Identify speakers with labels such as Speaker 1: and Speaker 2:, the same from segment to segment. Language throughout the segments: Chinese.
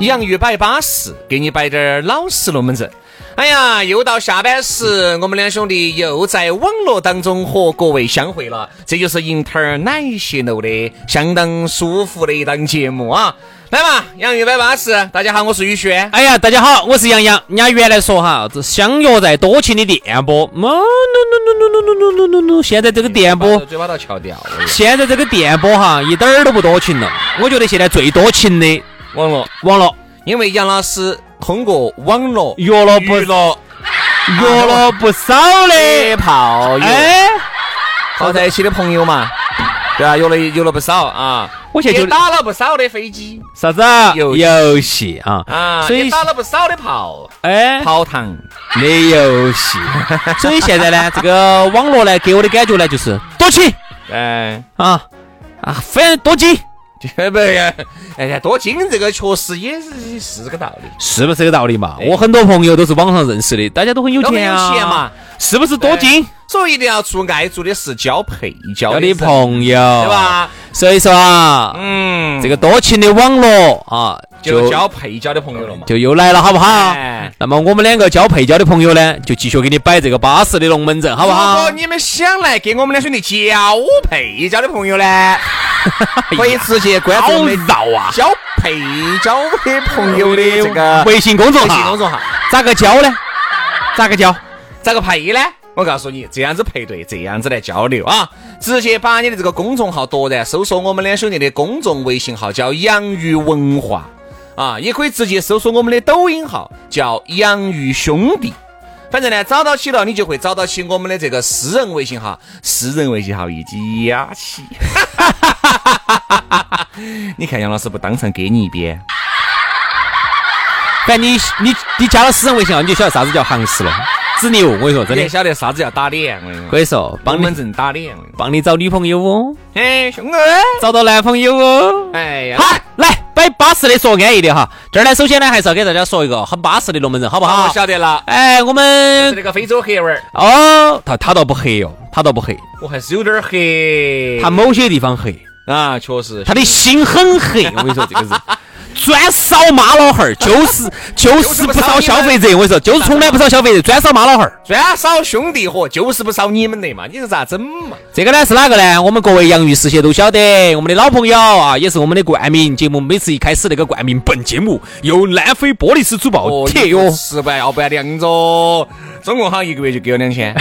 Speaker 1: 洋芋摆巴适，给你摆点儿老实龙门阵。哎呀，又到下班时，我们两兄弟又在网络当中和各位相会了。这就是银特儿奶昔楼的相当舒服的一档节目啊！来嘛，洋芋摆巴适，大家好，我是宇轩。
Speaker 2: 哎呀，大家好，我是杨洋。人家原来说哈，这相约在多情的电波，哦，no no no no no no no no no，现在这个电波，
Speaker 1: 哎嘴巴都要翘掉了。
Speaker 2: 现在这个电波哈，一点儿都不多情了。我觉得现在最多情的
Speaker 1: 网络，
Speaker 2: 网络，
Speaker 1: 因为杨老师通过网络
Speaker 2: 约了不
Speaker 1: 娱乐
Speaker 2: 约了不少
Speaker 1: 约
Speaker 2: 的，
Speaker 1: 炮友，
Speaker 2: 哎，
Speaker 1: 好在一起的朋友嘛，对啊，约了约了不少啊，
Speaker 2: 我现在
Speaker 1: 也
Speaker 2: 就
Speaker 1: 打了不少的飞机。
Speaker 2: 啥子
Speaker 1: 游戏
Speaker 2: 游戏啊？
Speaker 1: 啊，
Speaker 2: 所以
Speaker 1: 也打了不少的炮，
Speaker 2: 哎，
Speaker 1: 炮糖，
Speaker 2: 没游 戏，所以现在呢，这个网络呢，给我的感觉呢，就是多情
Speaker 1: 哎，
Speaker 2: 啊啊，非常多情。
Speaker 1: 这不， 哎呀，多金这个确实也是是个道理。
Speaker 2: 是不是这个道理嘛？
Speaker 1: 对
Speaker 2: 哎我很多朋友都是网上认识的，大家都很有
Speaker 1: 都很
Speaker 2: 钱啊，
Speaker 1: 有钱嘛，
Speaker 2: 是不是多金？
Speaker 1: 所以一定要做爱做的事，交配
Speaker 2: 要
Speaker 1: 交的
Speaker 2: 你
Speaker 1: 人，
Speaker 2: 朋友，
Speaker 1: 对
Speaker 2: 对？
Speaker 1: 吧？
Speaker 2: 所以说啊，
Speaker 1: 嗯，
Speaker 2: 这个多情的网络啊，
Speaker 1: 就
Speaker 2: 就
Speaker 1: 交配交的朋友了嘛。
Speaker 2: 就又来了，好不好
Speaker 1: 哎？
Speaker 2: 那么我们两个交配交的朋友呢，就继续给你摆这个巴适的龙门阵，好不
Speaker 1: 如
Speaker 2: 好
Speaker 1: 果？你们想来给我们两兄弟交配交的朋友呢， 可以直接关注我们
Speaker 2: 好绕啊！
Speaker 1: 交配交的朋友的这个
Speaker 2: 微啊信公众
Speaker 1: 微信公
Speaker 2: 号
Speaker 1: 众号。
Speaker 2: 咋个交呢？咋个交？
Speaker 1: 咋个配呢？我告诉你，这样子配对，这样子来交流啊！直接把你的这个公众号夺然搜索我们两兄弟的公众微信号，叫“洋芋文化”啊，也可以直接搜索我们的抖音号，叫“洋芋兄弟”。反正呢，找到起了，你就会找到起我们的这个私人微信号，私人微信号一加起。 你看杨老师不当场给你一鞭？
Speaker 2: 反正你你你加了私人微信号，你就晓得啥子叫行市了，子牛！我跟你说，真
Speaker 1: 你
Speaker 2: 的
Speaker 1: 也，晓得啥子叫打脸？我跟你
Speaker 2: 我
Speaker 1: 说，
Speaker 2: 跟你说，
Speaker 1: 帮
Speaker 2: 帮
Speaker 1: 门
Speaker 2: 你
Speaker 1: 阵打脸。我跟你说
Speaker 2: 帮你找女朋友哦。
Speaker 1: 哎，兄弟，
Speaker 2: 找到男朋友哦。
Speaker 1: 哎呀
Speaker 2: 好，，来摆巴适的说安逸的哈。这儿呢，首先呢还是要给大家说一个很巴适的龙门阵，好不
Speaker 1: 好，
Speaker 2: 好
Speaker 1: 我？晓得了。
Speaker 2: 哎，我
Speaker 1: 是
Speaker 2: 们
Speaker 1: 那个非洲黑娃儿，
Speaker 2: 哦，他他倒不黑哦，他倒不黑，
Speaker 1: 我还是有点儿黑。
Speaker 2: 他某些地方黑，
Speaker 1: 啊，确实，
Speaker 2: 他的心很 黑。我跟你说，这个人专扫妈老汉儿，就是就是不扫消费者。我跟你说，就是从来不扫消费者，专扫妈老汉儿。
Speaker 1: 专少兄弟伙，就是不少你们的嘛，你是咋整嘛？
Speaker 2: 这个呢是哪个呢？我们各位洋芋师些都晓得，我们的老朋友啊，也是我们的冠名节目。每次一开始那个冠名本节目由南非玻璃斯珠宝特约。
Speaker 1: 吃哦不要不然两着，总共好像一个月就给我两千。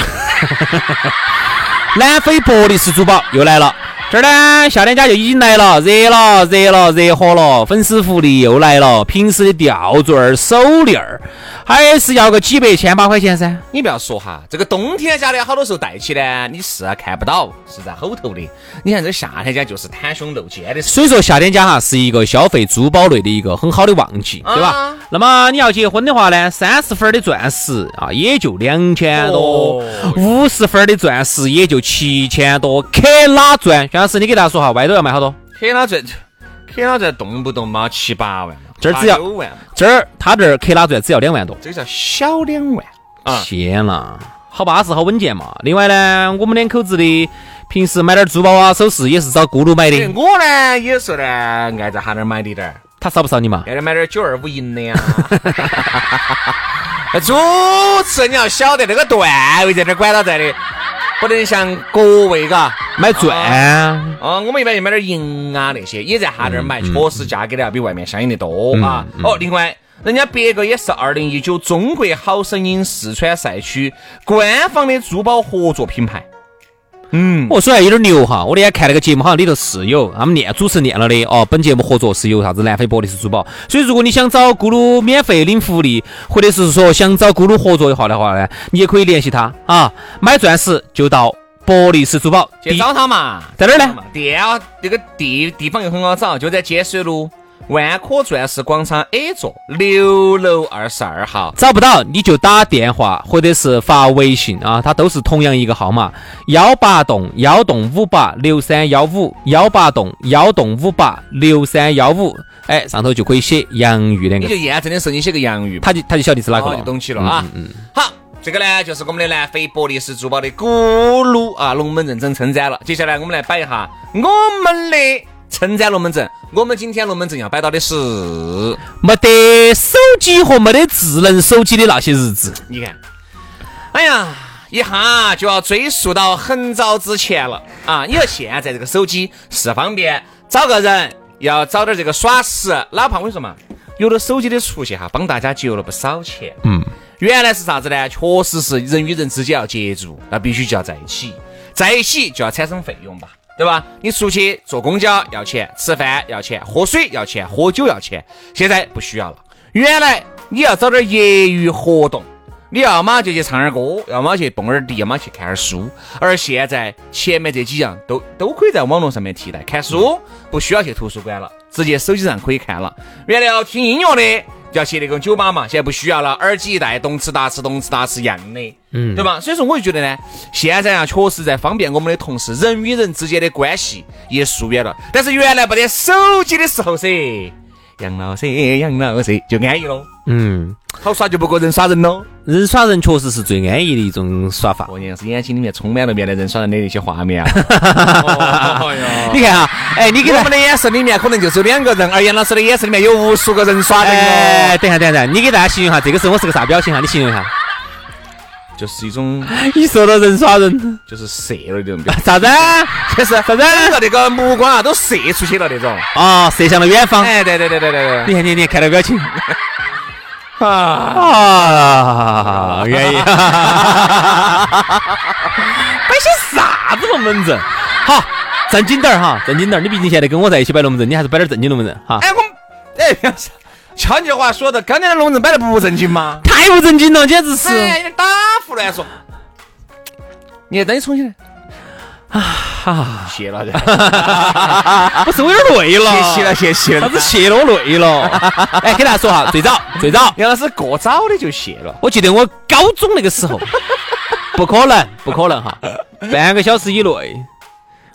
Speaker 2: 南非伯利斯珠宝又来了。这儿呢，夏天家就已经来了，热了，热了，热火了。粉丝福利又来了，平时的吊坠儿、手链儿，还是要个几百、千把块钱噻。
Speaker 1: 你不要说哈，这个冬天家的好多时候戴起呢，你是看不到，是在后头的。你看这夏天家就是袒胸露肩的，
Speaker 2: 所以说，夏天家哈是一个消费珠宝类的一个很好的旺季，对吧
Speaker 1: 啊？
Speaker 2: 那么你要结婚的话呢，三十分儿的钻石啊，也就两千多；五十分儿的钻石也就七千多。克拉钻，徐老师，你给大家说哈，外头要卖好多？
Speaker 1: 黑老钻，黑老钻动不动嘛七八万嘛，
Speaker 2: 这儿只要
Speaker 1: 八九万嘛，
Speaker 2: 这儿他这儿克拉钻只要两万多。
Speaker 1: 这个叫小两万啊。
Speaker 2: 天呐，好巴适，好稳健嘛。另外呢，我们两口子的平时买点珠宝啊、首饰也是找咕噜买
Speaker 1: 哎
Speaker 2: 的。
Speaker 1: 我呢也是呢，爱在哈那儿买的点儿，
Speaker 2: 他少不少你嘛？
Speaker 1: 爱点买点九二五银的呀。 主持你要晓得那个段位在这儿管到在的，不能像各位嘎。
Speaker 2: 买钻啊，
Speaker 1: 啊，我们一般就买点银啊那些，也在哈那儿买，确实价格呢要比外面相应的多啊。哦，另外，人家别个也是二零一九中国好声音四川赛区官方的珠宝合作品牌，
Speaker 2: 嗯，我说来有点牛哈，我那天看那个节目，好像里头是有他们念主持人念了的哦。本节目合作是由啥子南非博利斯珠宝，所以如果你想找咕噜免费领福利，或者是说想找咕噜合作的话的话呢，你也可以联系他啊。买钻石就到博利斯珠宝，
Speaker 1: 去
Speaker 2: 地
Speaker 1: 找他嘛，
Speaker 2: 在哪儿呢？
Speaker 1: 店啊，那个地地方又很好找，就在尖水路万科钻石广场 A 座六楼二十二号。
Speaker 2: 找不到你就打电话或者是发微信啊，它都是同样一个号码：幺八栋幺栋五八六三幺五，幺八栋幺栋五八六三幺五。哎，上头就可以写洋芋两
Speaker 1: 你
Speaker 2: 个
Speaker 1: 就
Speaker 2: 字，
Speaker 1: 验证的时候，你写个洋芋，
Speaker 2: 他就他就晓得是哪个嗯了。
Speaker 1: 哦
Speaker 2: 嗯
Speaker 1: 就懂起了啊。好，这个呢就是我们的南非博利斯珠宝的咕噜啊，龙门阵真称赞了。接下来我们来摆一下我们的称赞龙门阵。我们今天龙门阵要摆到的是，
Speaker 2: 没得手机和没得智能手机的那些日子，
Speaker 1: 你看，哎呀，一下就要追溯到很早之前了啊！你说现在这个手机是方便，找个人要找点这个耍时，哪怕我跟你说嘛，有了手机的出现哈，帮大家节约了不少钱。嗯，原来是啥子呢？确实是人与人之间要接触，那必须就要在一起，在一起就要产生费用吧。对吧？你出去坐公交要钱，吃饭要钱，喝水要钱，喝酒要钱。现在不需要了。原来你要找点业余活动，你要么就去唱点歌，要么去蹦点儿迪，要么去看点儿书。而现在前面这几样都都可以在网络上面替代，看书不需要去图书馆了，直接手机上可以看了。原来要听音乐的。就要去那个酒吧嘛，现在不需要了，耳机一戴，咚哧哒哧咚哧哒哧一样的，嗯，对吧？所以说，我就觉得呢，现在啊，确实在方便我们的同时，人与人之间的关系也疏远了。但是原来没得手机的时候噻，杨老师，杨老师就安逸喽，
Speaker 2: 嗯，
Speaker 1: 好耍就不过人耍人喽。
Speaker 2: 人耍人确实是最安逸的一种耍法。
Speaker 1: 过年是眼睛里面充满了原来人耍人的那些画面啊。哦
Speaker 2: 你看哈，哎，你给
Speaker 1: 我
Speaker 2: 他
Speaker 1: 们，的眼神里面可能就是两个人，而杨老师的眼神里面有无数个人哦耍人
Speaker 2: 哎，等一下等一下，你给大家形容一下，这个时候我是个啥表情啊哈？你形容一下。
Speaker 1: 哦，就是一种
Speaker 2: 你说到人耍人，
Speaker 1: 就是射了的那种表情，
Speaker 2: 啥子？啊
Speaker 1: 就是啊啥子个那个目光啊都射出去了那种。
Speaker 2: 哦，射向了远方。
Speaker 1: 哎，对对对对对对，
Speaker 2: 你看，你看，你看，看到表情。啊， 愿意。摆些啥子龙门阵？好，正经点儿哈，正经点儿。你毕竟现在跟我在一起摆龙门阵，你还是摆点正经龙门阵哈。
Speaker 1: 哎我们哎杨老师，瞧你这话说的，刚才的龙人摆的不正经吗？
Speaker 2: 太不正经了，简直是。
Speaker 1: 哎，有点打胡乱说。你等你重新来。啊，谢了，
Speaker 2: 啊不是我有点累了。
Speaker 1: 谢了，谢谢
Speaker 2: 啥
Speaker 1: 了
Speaker 2: 子。谢了，我累 了。哎，给大家说哈，最早最早，
Speaker 1: 杨老师过早的就谢了。
Speaker 2: 我记得我高中那个时候， 不可能，不可能哈，半个小时以内，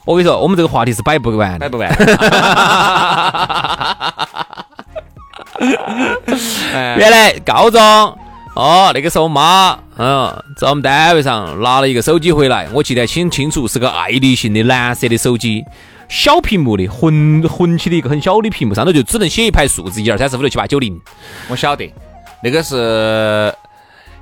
Speaker 2: 我跟你说，我们这个话题是摆不完的
Speaker 1: 买。不完。哎，
Speaker 2: 原来高中哦，那个时候我妈嗯，在我们单位上拿了一个手机回来，我记得清清楚，是个爱立信的蓝色的手机，小屏幕的，混混起的一个很小的屏幕，上头就只能写一排数字，一二三四五六七八九零。
Speaker 1: 我晓得，那个是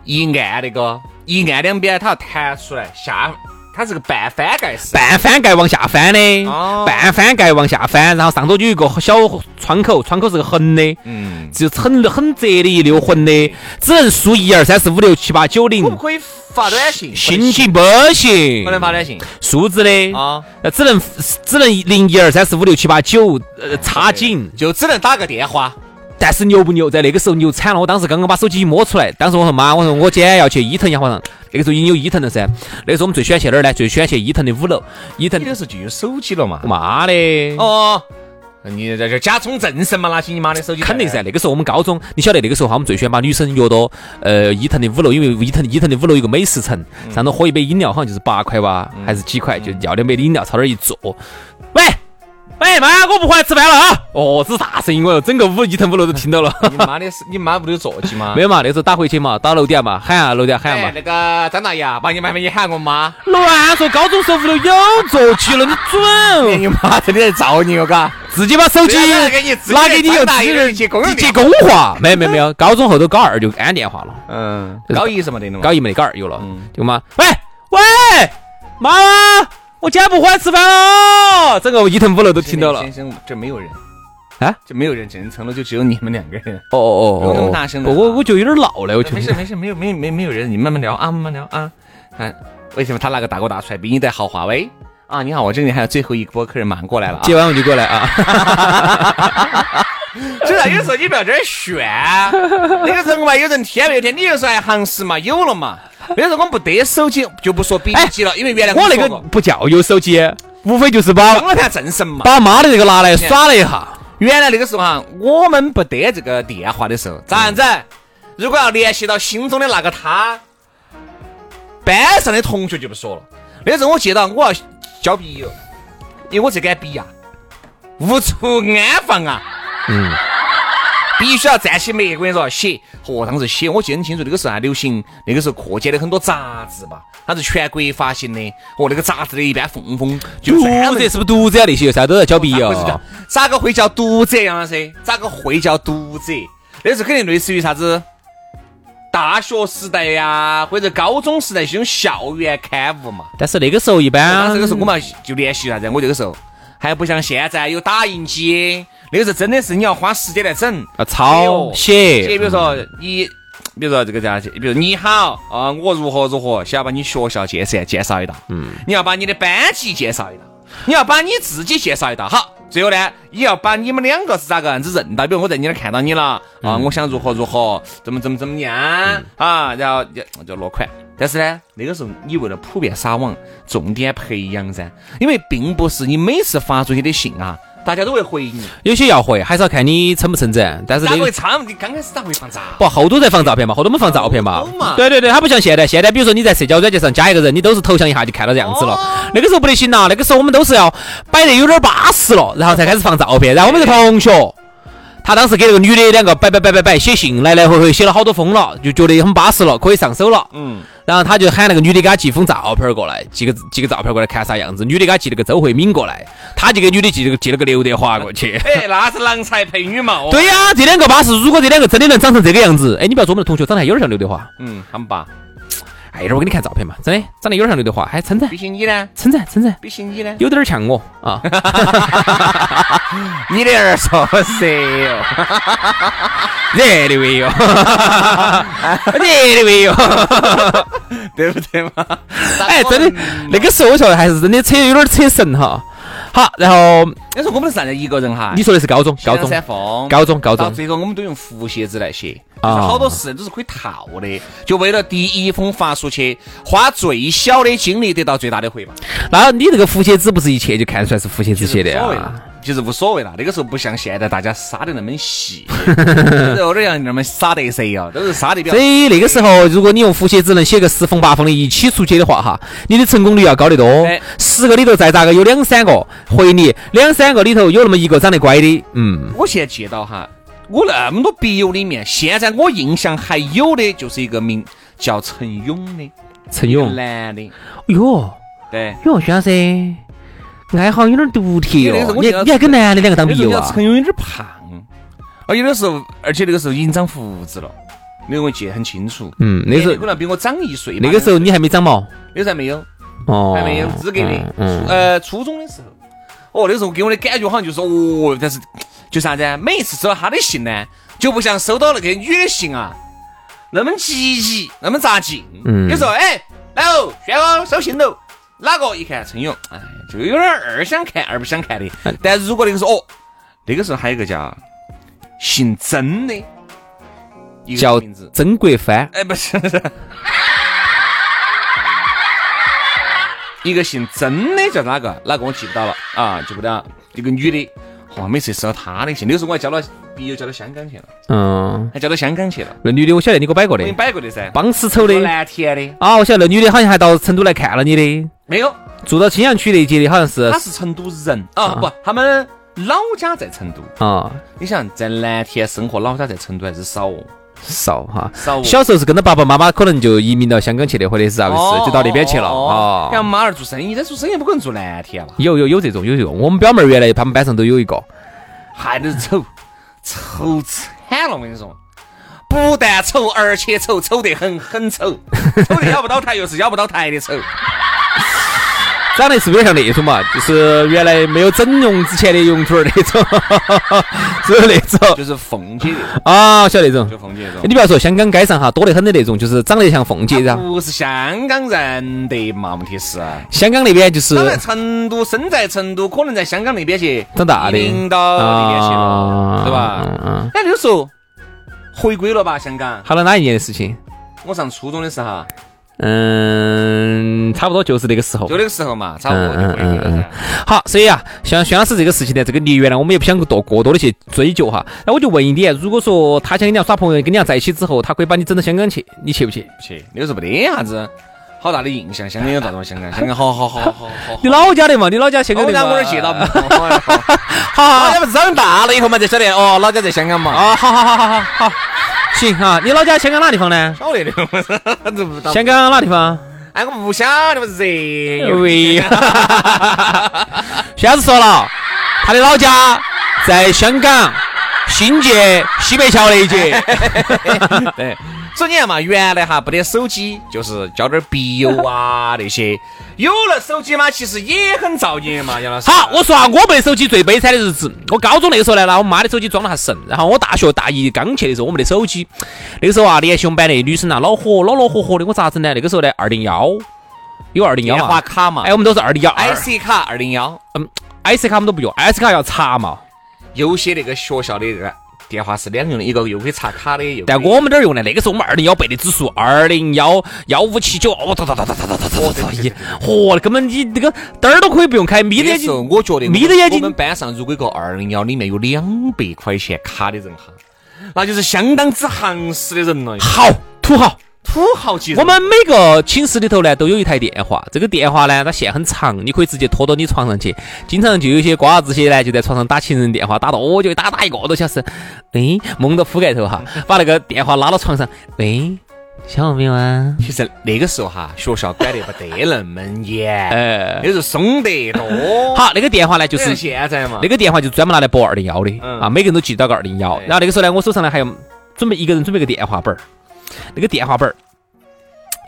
Speaker 1: 一按那个一按两边，它要弹出来下，它是个半翻盖式。
Speaker 2: 半翻盖往下翻的
Speaker 1: 哦，
Speaker 2: 半翻盖往下翻，然后上头就有一个小窗口，窗口是个横的，
Speaker 1: 嗯，
Speaker 2: 就很很窄的一溜横的，只能输一二三四五六七八九零
Speaker 1: 可不，可以发短信？
Speaker 2: 心情不行
Speaker 1: 不，能发短信
Speaker 2: 数字的
Speaker 1: 啊，
Speaker 2: 呃只能只能零一二三四五六七八九，呃，插紧。
Speaker 1: 就只能打个电话。
Speaker 2: 但是牛不牛，在那个时候牛惨了。我当时刚刚把手机一摸出来，当时我说妈，我说我今天要去伊藤洋华堂。那个时候已经有伊藤了噻。那个时候我们最喜欢去哪儿呢？最喜欢去伊藤的五楼。伊藤
Speaker 1: 你那时候就有手机了嘛？
Speaker 2: 妈的，
Speaker 1: 哦，你在这假充正神嘛？拿起你妈的手机，
Speaker 2: 肯定噻。。那个时候我们高中，你晓得那个时候哈，我们最喜欢把女生约到呃伊藤的五楼，因为伊藤伊藤的五楼有个美食城，上头喝一杯饮料好像就是八块吧，还是几块，就要两杯的饮料，朝那儿一坐。喂喂，妈，我不回来吃饭了啊！哦，这是啥声音？我整个五伊藤五楼都听到了。
Speaker 1: 你妈的，你妈不有座机 吗？
Speaker 2: 没有嘛，那时候打回去嘛，打楼底下嘛，喊啊楼底下喊啊，
Speaker 1: 哎
Speaker 2: 嘛。
Speaker 1: 那个张大爷啊，把你麻烦你喊我妈。
Speaker 2: 乱说，高中时候五楼有座机哎了，你准
Speaker 1: 你妈真的在造孽，我嘎。
Speaker 2: 自己把手机
Speaker 1: 不要拿给你自己
Speaker 2: 拿给你
Speaker 1: 长
Speaker 2: 又
Speaker 1: 大
Speaker 2: 自己
Speaker 1: 一
Speaker 2: 人
Speaker 1: 点去公用
Speaker 2: 接
Speaker 1: 电
Speaker 2: 公话。没有没有没有，高中后头高二就安电话了。
Speaker 1: 嗯，高一是没得的嘛？
Speaker 2: 高一没得高二有了，就妈，喂喂，妈妈，我今天不回来吃饭了，整个一层五楼都听到了。
Speaker 1: 先生，这没有人
Speaker 2: 啊，
Speaker 1: 这没有人，整层楼就只有你们两个人。
Speaker 2: 哦哦
Speaker 1: 不用那么大声的
Speaker 2: 我我我就有点老了，我觉
Speaker 1: 没事
Speaker 2: 得。
Speaker 1: 没事，没有没有没有没有人，你慢慢聊啊，慢慢聊啊。看为什么他那个大哥大出来比你得豪华喂？啊，你好，我这里还有最后一波客人马上过来了啊！
Speaker 2: 接完我就过来 啊。
Speaker 1: 所以说有时候你不要在这儿 炫，那个人嘛，有人天没有天，你就说哎行市嘛，有了嘛。那时候我们不得手机，就不说笔记机了，因为原来
Speaker 2: 哎我那
Speaker 1: 说
Speaker 2: 个
Speaker 1: 过
Speaker 2: 不叫有手机，无非就是把
Speaker 1: 当了盘正神嘛。
Speaker 2: 把妈的这个拿来耍了一下。
Speaker 1: 原来那个时候哈，我们不得这个电话的时候，咋样子？如果要联系到心中的那个他，班上的同学就不说了。那时候我记到我要交笔友，因为我这杆笔呀、啊无处安放啊。嗯。必须要站起眉，我跟你说，写，和当时写，我记得很清楚，那个时候还流行，那个时候课间的很多杂志吧，它是全国发行的，和那个杂志的一般缝缝就
Speaker 2: 读
Speaker 1: 专门
Speaker 2: 者是不是读者那些啥都要交笔
Speaker 1: 咋
Speaker 2: 友
Speaker 1: 会是这样？咋个会叫读者杨老师？咋个会叫读者？那是肯定类似于啥子大学时代呀、或者高中时代这种校园刊物嘛。
Speaker 2: 但是那个时候一般
Speaker 1: 当时那个时候我们就联系啥子？我这个时候还不像现在有打印机，那个时候真的是你要花时间来整。
Speaker 2: 要
Speaker 1: 哎
Speaker 2: 抄
Speaker 1: 呦
Speaker 2: 写
Speaker 1: 写，比如说你，比如说这个叫啥子，比如你好啊、我如何如何，想要把你学校介绍介绍一道，嗯，你要把你的班级介绍一道，你要把你自己介绍一道，好。最后呢，也要把你们两个是咋个样子认到，比如我在你那儿看到你了啊、我想如何如何，怎么怎么怎么样、啊，然后就就落款。但是呢，那个时候你为了普遍撒网，重点培养噻，因为并不是你每次发出去的信啊，大家都会回你，
Speaker 2: 有些要会，还是要看你成不成真。但是
Speaker 1: 哪
Speaker 2: 那
Speaker 1: 个会
Speaker 2: 个
Speaker 1: 差？你刚开始咋会放炸？
Speaker 2: 不，后头才放照片嘛，后头我们放照片嘛
Speaker 1: 后头嘛。
Speaker 2: 对对对，它不像现在，现在比如说你在社交软件上加一个人，你都是头像一下就看到这样子
Speaker 1: 哦
Speaker 2: 了。那个时候不得行了，那个时候我们都是要摆得有点巴适了，然后才开始放照片。然后我们这同学，他当时给那个女的两个摆摆摆摆摆写信，来来回回写了好多封了，就觉得很巴适了，可以上手了。
Speaker 1: 嗯，。
Speaker 2: 然后他就喊那个女的给他寄封照片儿过来，寄个寄个照片儿过来看啥样子。女的给他寄了个周慧敏过来，他就给女的寄了个寄了个刘德华过去
Speaker 1: 哎，那是郎才配女嘛。哦，
Speaker 2: 对呀、这两个巴适。如果这两个真的能长成这个样子，哎，你不要说我们的同学长得还有点像刘德华。
Speaker 1: 嗯，他们爸。
Speaker 2: 哎，一会儿我给你看照片嘛，真的长得有点像刘德华，还称赞
Speaker 1: 比起你呢？
Speaker 2: 称赞称赞，
Speaker 1: 比 起你呢？
Speaker 2: 有点儿像我啊。
Speaker 1: 你的儿说谁哟？
Speaker 2: 热的喂哟， 热的喂 哟。
Speaker 1: 对不对嘛？
Speaker 2: 哎，真的，
Speaker 1: 嗯
Speaker 2: 那个时候我说还是真的扯有点扯神哈。好，然后
Speaker 1: 那时候我们是站在一个人哈。
Speaker 2: 你说的是高中，高中，
Speaker 1: 三凤，
Speaker 2: 高中，高
Speaker 1: 到
Speaker 2: 中。
Speaker 1: 最后我们都用复写纸来写，
Speaker 2: 啊
Speaker 1: 就是好多事都是可以套的，就为了第一封发出去，花最小的精力得到最大的回报。
Speaker 2: 然后你这个腹泻纸不是一切就看出来是腹泻纸写的
Speaker 1: 无所谓
Speaker 2: 啊
Speaker 1: 了？其实无所谓了，那个时候不像现在大家杀的那么 细，有点像那么杀得谁呀，都是杀得比较
Speaker 2: 所。以那个时候，如果你用腹泻纸能写个十封八封的一起出去的话，哈，你的成功率要高得多
Speaker 1: 哎。
Speaker 2: 十个里头再咋个有两三个回你，两三个里头有那么一个长得乖的，嗯，
Speaker 1: 我现在记到哈，我那么多笔友里面，现在我印象还有的就是一个名叫陈勇的，
Speaker 2: 陈
Speaker 1: 一个
Speaker 2: 勇。
Speaker 1: 男的，
Speaker 2: 哟
Speaker 1: 对。
Speaker 2: 哟，徐老师，爱好有点独特
Speaker 1: 有的哎时
Speaker 2: 哦
Speaker 1: 候。我
Speaker 2: 你
Speaker 1: 觉得
Speaker 2: 你还跟男的两个当
Speaker 1: 哎
Speaker 2: 笔
Speaker 1: 那时候
Speaker 2: 友
Speaker 1: 叫
Speaker 2: 啊？
Speaker 1: 陈勇有点胖，而有的时候，而且那个时候已经长胡子了，那个我记得很清楚。
Speaker 2: 嗯，那时
Speaker 1: 可
Speaker 2: 候
Speaker 1: 能比我长一岁吧。
Speaker 2: 那个时候你还没长毛
Speaker 1: 那时候还没有，
Speaker 2: 哦，
Speaker 1: 还没有资格的
Speaker 2: 嗯，嗯
Speaker 1: 初呃，初中的时候，哦，那时候给我的感觉好像就是哦，但是就啥子啊？每一次收到他的信呢，就不像收到那个女的信啊，那么积极，那么扎劲。
Speaker 2: 嗯
Speaker 1: 有时候哎，来哦，轩哥收信喽。哪个一看陈勇，哎，就有点二想看二不想看的。
Speaker 2: 嗯
Speaker 1: 但如果那个时候哦，那个时候还有一个叫姓曾的，一个
Speaker 2: 叫
Speaker 1: 名字，
Speaker 2: 曾国藩。
Speaker 1: 哎，不是，一个姓曾的叫哪个？哪个我记不到了啊，记不到。一个女的，哇，每次收到她的信，那时候我还交到笔友交到香港去了，
Speaker 2: 嗯，
Speaker 1: 还交到香港去了，
Speaker 2: 那女的我晓得你给我摆过
Speaker 1: 我
Speaker 2: 的
Speaker 1: 给你，摆过的噻。
Speaker 2: 帮丝丑的。
Speaker 1: 蓝天的
Speaker 2: 啊，我晓得那女的好像还到成都来看了你的，
Speaker 1: 没有，
Speaker 2: 住到青羊区那一节的，好像是
Speaker 1: 他是成都人啊，不，他们老家在成都。
Speaker 2: 啊
Speaker 1: 你想在蓝天生活，老家在成都还是少哦，
Speaker 2: 少哈。
Speaker 1: 少哦。
Speaker 2: 小时候是跟着爸爸妈妈，可能就移民到香港去的，或者是咋回事，就到那边去了
Speaker 1: 哦
Speaker 2: 啊。
Speaker 1: 像妈儿做生意，但做生意不可能做蓝天吧？
Speaker 2: 有有有这种有这种，我们表妹儿原来他们班上都有一个，
Speaker 1: 还得丑，丑惨了！我跟你说，不但丑，而且丑，丑得很，很丑，丑得要不倒台，又是要不倒台的丑。
Speaker 2: 长得是不是有点像那种嘛？就是原来没有整容之前的容祖儿那种， 是不是那种
Speaker 1: 就是凤姐那种，
Speaker 2: 啊？晓得那
Speaker 1: 就
Speaker 2: 种。
Speaker 1: 凤姐那种。
Speaker 2: 你不要说香港街上哈多得很的那种，就是长得像凤姐，然后
Speaker 1: 不是香港人的嘛？问题是，啊
Speaker 2: 香港那边就是
Speaker 1: 他在成都，身在成都，可能在香港那边去
Speaker 2: 长大的啊
Speaker 1: 领到那边去了，对吧？
Speaker 2: 嗯嗯
Speaker 1: 哎，那时候回归了吧？香港，
Speaker 2: 好了，哪一年的事情？
Speaker 1: 我上初中的时候，啊
Speaker 2: 嗯，差不多就是那个时候
Speaker 1: 就。那个时候嘛，差不多就回归了噻。
Speaker 2: 好，所以啊，像宣老师这个事情呢，这个孽缘呢，我们也不想多过多的去追究哈。那我就问一点，如果说他想跟你俩耍朋友，跟你俩在一起之后，他可以把你整到香港去，你去不去？
Speaker 1: 去，那个时候没得啥子好大的印象，香港有大种香港，香港好好好好好好。
Speaker 2: 你老家的嘛，你老家香港
Speaker 1: 我
Speaker 2: 的嘛。
Speaker 1: 哪儿去了？
Speaker 2: 好好
Speaker 1: 老
Speaker 2: 好
Speaker 1: 家不是长大了以后嘛才晓得，哦，老家在香港嘛。
Speaker 2: 啊，好好好好好好，行啊，你老家香港哪地方呢？
Speaker 1: 晓得的， 这不
Speaker 2: 香港哪地方？
Speaker 1: 哎，我不晓得，不是热。
Speaker 2: 喂，宣老师说了，他的老家在香港新界西北桥那一节。
Speaker 1: 对，所以你看嘛，原来哈不得手机，就是交点笔友 啊那些，有了手机嘛，其实也很造孽嘛，杨老师。
Speaker 2: 好，我说啊，我们的手机最悲惨的日子。我高中那个时候呢，拿我妈的手机装了下神，然后我大学大一刚去的时候，我没得手机。那个时候啊，联系我们班那女生啊，恼火，恼恼火火的，我咋整呢？那个时候呢，二零幺，有二零幺
Speaker 1: 电话
Speaker 2: 嘛？
Speaker 1: 卡嘛
Speaker 2: 哎，我们都是二零幺二
Speaker 1: ，IC 卡二零幺，
Speaker 2: 嗯，IC 卡我们都不用，IC 卡要查嘛。
Speaker 1: 有些那个学校的那个电话是两用的，一个又可以插卡的，又可以
Speaker 2: 但我们这儿用的那个时候我们二零幺背的指数二零幺幺五七九，哦哒哒哒哒哒哒哒哒哒，一，嚯，根本你那个灯儿都可以不用开，眯着
Speaker 1: 那
Speaker 2: 眼
Speaker 1: 时候
Speaker 2: 睛。
Speaker 1: 我觉得我们
Speaker 2: 眯着眼睛
Speaker 1: 我们班上如果一个二零幺里面有两百块钱卡的人哈，那就是相当之行势的人了，
Speaker 2: 好，土豪。
Speaker 1: 土豪级人。
Speaker 2: 我们每个寝室里头呢都有一台电话，这个电话呢它线很长，你可以直接拖到你床上去。经常就有些瓜子些呢就在床上打情人电话，打到我就打打一个多小时。哎，蒙到覆盖头哈，把那个电话拉到床上，哎喂，想我没有啊？
Speaker 1: 其实那个时候哈，学校管得不得那么 严，
Speaker 2: 哎，
Speaker 1: 那时候松得多。
Speaker 2: 好，那个电话呢就
Speaker 1: 就是
Speaker 2: 是
Speaker 1: 现在嘛，
Speaker 2: 那个电话就专门拿来拨二零幺的、
Speaker 1: 哎嗯
Speaker 2: 啊，每个人都记到个二零幺。
Speaker 1: 对
Speaker 2: 然后那个时候呢，我手上呢还要准备一个人准备个电话本儿，那个电话本儿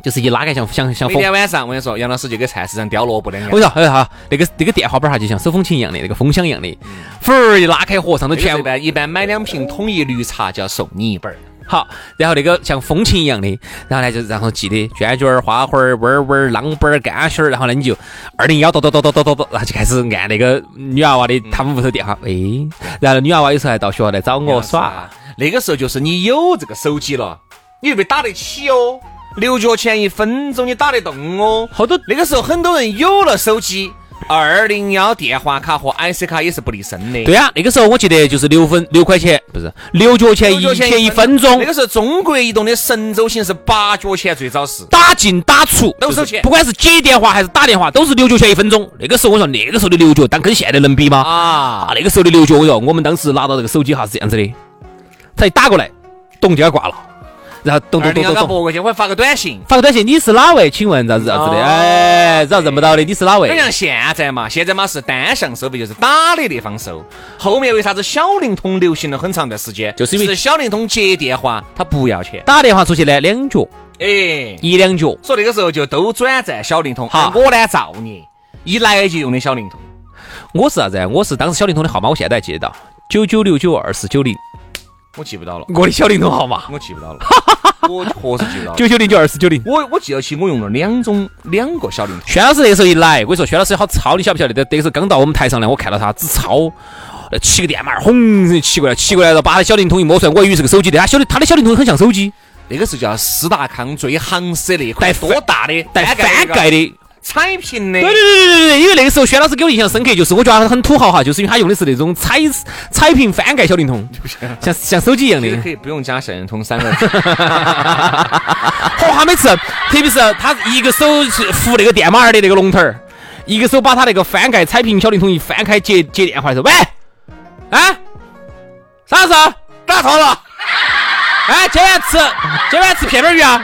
Speaker 2: 就是一拉开像像像
Speaker 1: 每
Speaker 2: 风。
Speaker 1: 天晚上我跟你说，杨老师就给菜市场叼萝卜的样
Speaker 2: 我。跟你说，哎哈，那个那个电话本儿哈，就像手风琴一样的，那个风箱一样的，粉儿一拉开，和上头
Speaker 1: 嗯那个时候
Speaker 2: 全
Speaker 1: 一般一般买两瓶统一绿茶就要送你一本儿，
Speaker 2: 好，然后那个像风琴一样的，然后呢就然后记的娟娟儿、花花儿、温儿温儿、浪奔儿、干心儿，然后呢你就二零幺叨叨叨叨叨叨叨，然后就开始按那个女娃娃
Speaker 1: 嗯
Speaker 2: 的他们屋头电话，喂，然后女娃娃有时候还到学校来找我耍，。
Speaker 1: 那个时候就是你有这个手机了，你就被打得起哦，六角钱一分钟你打得动哦。
Speaker 2: 好多
Speaker 1: 那个时候很多人有了手机，二零幺电话卡和 IC 卡也是不离身的。
Speaker 2: 对呀、那个时候我记得就是六分六块钱，不是六角钱
Speaker 1: 六角
Speaker 2: 一
Speaker 1: 钱
Speaker 2: 钱一分钟
Speaker 1: 那，个时候中国移动的神州行是八角钱，最早是。
Speaker 2: 打进打出
Speaker 1: 都
Speaker 2: 就是是
Speaker 1: 钱
Speaker 2: 不管是接电话还是打电话，都是六角钱一分钟。那个时候我说那个时候的六角，但跟现在能比吗？
Speaker 1: 啊
Speaker 2: 啊，，那个时候的六角，我说我们当时拿到这个手机哈是这样子的，他一打过来，咚就要挂了，然后咚
Speaker 1: 二
Speaker 2: 咚
Speaker 1: 零
Speaker 2: 咚
Speaker 1: 幺
Speaker 2: 咚
Speaker 1: 刚
Speaker 2: 咚。
Speaker 1: 拨过去，我还发个短信。
Speaker 2: 发个短信，你是哪位？请问咋子咋子的？
Speaker 1: 哦
Speaker 2: 哎，然后认不到的，你是哪
Speaker 1: 不
Speaker 2: 位？
Speaker 1: 像现在嘛，现在嘛是单向收费，就是打的地方收。后面为啥子小灵通流行了很长段时间？
Speaker 2: 就是因为
Speaker 1: 小灵通接电话，它不要钱。
Speaker 2: 打电话出去呢，两角
Speaker 1: 哎，
Speaker 2: 一两角。
Speaker 1: 所以那个时候就都转战小灵通。
Speaker 2: 好
Speaker 1: 我呢造孽，一来就用的小灵通。
Speaker 2: 我是啥子啊？我是当时小灵通的号码，我现在还记得到，九九六九二四九零，
Speaker 1: 我记不到了，
Speaker 2: 我的小灵通号码。
Speaker 1: 我记不到了，我确实记不到了。
Speaker 2: 九九零九二四九零。
Speaker 1: 我我记得起我用了两种两个小灵通，
Speaker 2: 轩老师那个时候一来，我跟你说，轩老师好糙，你晓不晓得？那那个时候刚到我们台上来，我看到他只糙，呃骑个电马儿，轰就骑过来，骑过来，然后把他小灵通一摸出来，我还以为是个手机的，他晓得他的小灵通很像手机，
Speaker 1: 那个时候叫斯达康最行色那款
Speaker 2: 带
Speaker 1: 多大的
Speaker 2: 带翻盖
Speaker 1: 的
Speaker 2: 的。
Speaker 1: 彩屏的
Speaker 2: 对对对对对对，因为那个时候轩老师给我印象深刻，就是我觉得他很土豪哈，就是因为他用的是那种彩彩屏翻盖小灵通，像像手机一样的
Speaker 1: 其。实可以不用加小灵通三个字。
Speaker 2: 哦，他每次，特别是他一个手是扶那个电马儿的那个龙头儿，一个手把他那个翻盖彩屏小灵通一翻开接接电话的时候，喂，啊，啥子？打错了。 哎，今晚吃今晚吃片片鱼啊！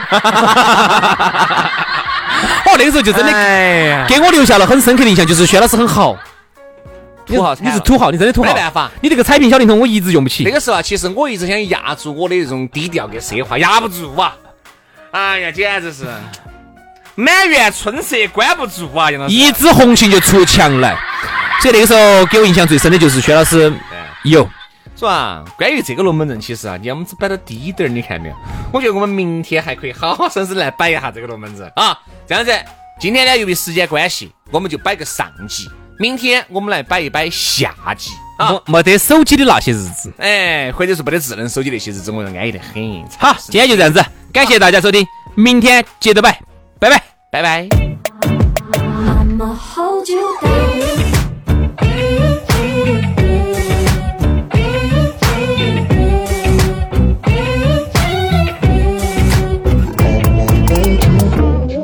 Speaker 2: 哦，那个时候就真的
Speaker 1: 哎呀，
Speaker 2: 给我留下了很深刻的印象，就是薛老师很豪，
Speaker 1: 土豪惨
Speaker 2: 你
Speaker 1: 了
Speaker 2: 是土豪，你真的土豪，
Speaker 1: 没办法
Speaker 2: 你这个彩屏小灵通我一直用不起。
Speaker 1: 那个时候啊，其实我一直想压住我的这种低调跟奢华，压不住啊！哎呀，简直是满园春色关不住啊，杨老 师。
Speaker 2: 一枝红杏就出墙来。所以那个时候给我印象最深的就是薛老师有。
Speaker 1: 是吧？关于这个龙门阵，其实啊，你看我们只摆到低一点儿，你看没有？我觉得我们明天还可以好好生生来摆一下这个龙门阵啊。这样子，今天呢，由于时间关系，我们就摆个上集，明天我们来摆一摆下集啊。
Speaker 2: 没没得手机的那些日子。
Speaker 1: 哎，或者是没得智能手机那些日子，我要安逸得很。
Speaker 2: 好，今天就这样子，感谢大家收听，明天接着摆，拜拜。
Speaker 1: 拜拜。
Speaker 3: I'ma hold you down.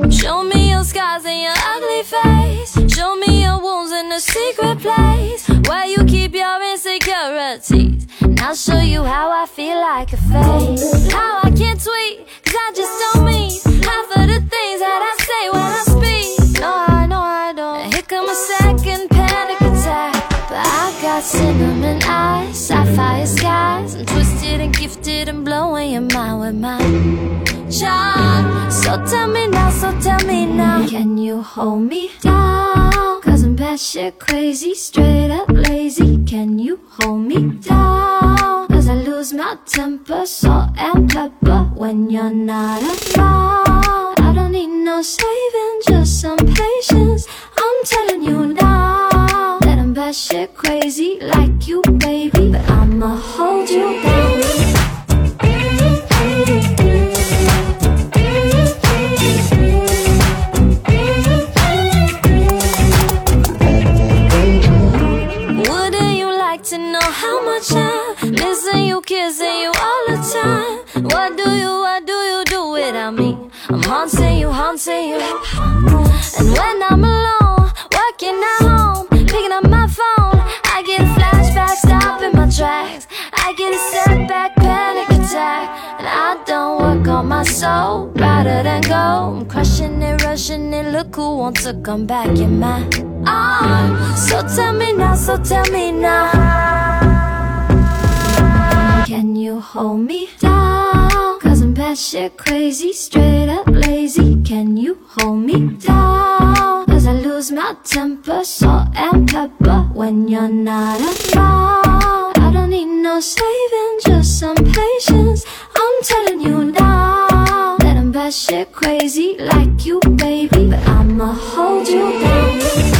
Speaker 3: Show me your scars and your ugly face. Show me your wounds in a secret place where you keep your insecurities. And I'll show you how I feel like a face. How I can't tweet, cause I just don't mean half of the things that I say when I speak. No, I know I don't. And here come a second panic attack. But I got cinnamon eyes, sapphire skies. I'm twisted and gifted and blowing your mind with my child. So tell me now, so tell me now. Can you hold me down? Cause I'm batshit crazy, straight up lazy. Can you hold me down? Cause I lose my temper, salt and pepper when you're not around. I don't need no saving, just some patience. I'm telling you now that I'm batshit crazy like you, baby. But I'ma hold you down. Wouldn't you like to know how much I'm missing you, kissing you all the time? What do you, what do you do without me? I'm haunting you, haunting you. And when I'm alone, working at home, picking up my phone, I get a flashback, stopping my tracks. I get a setback, panic attack, and I don't work on my soul. Rather than go, I'm crushing it, rushing it. Look who wants to come back in my arms. So tell me now, so tell me now. Can you hold me down? Cause I'm batshit crazy, straight up lazy. Can you hold me down? Cause I lose my temper, salt and pepper when you're not around. I don't need no saving, just some patience. I'm telling you now that I'm batshit crazy like you, baby. But I'ma hold you down.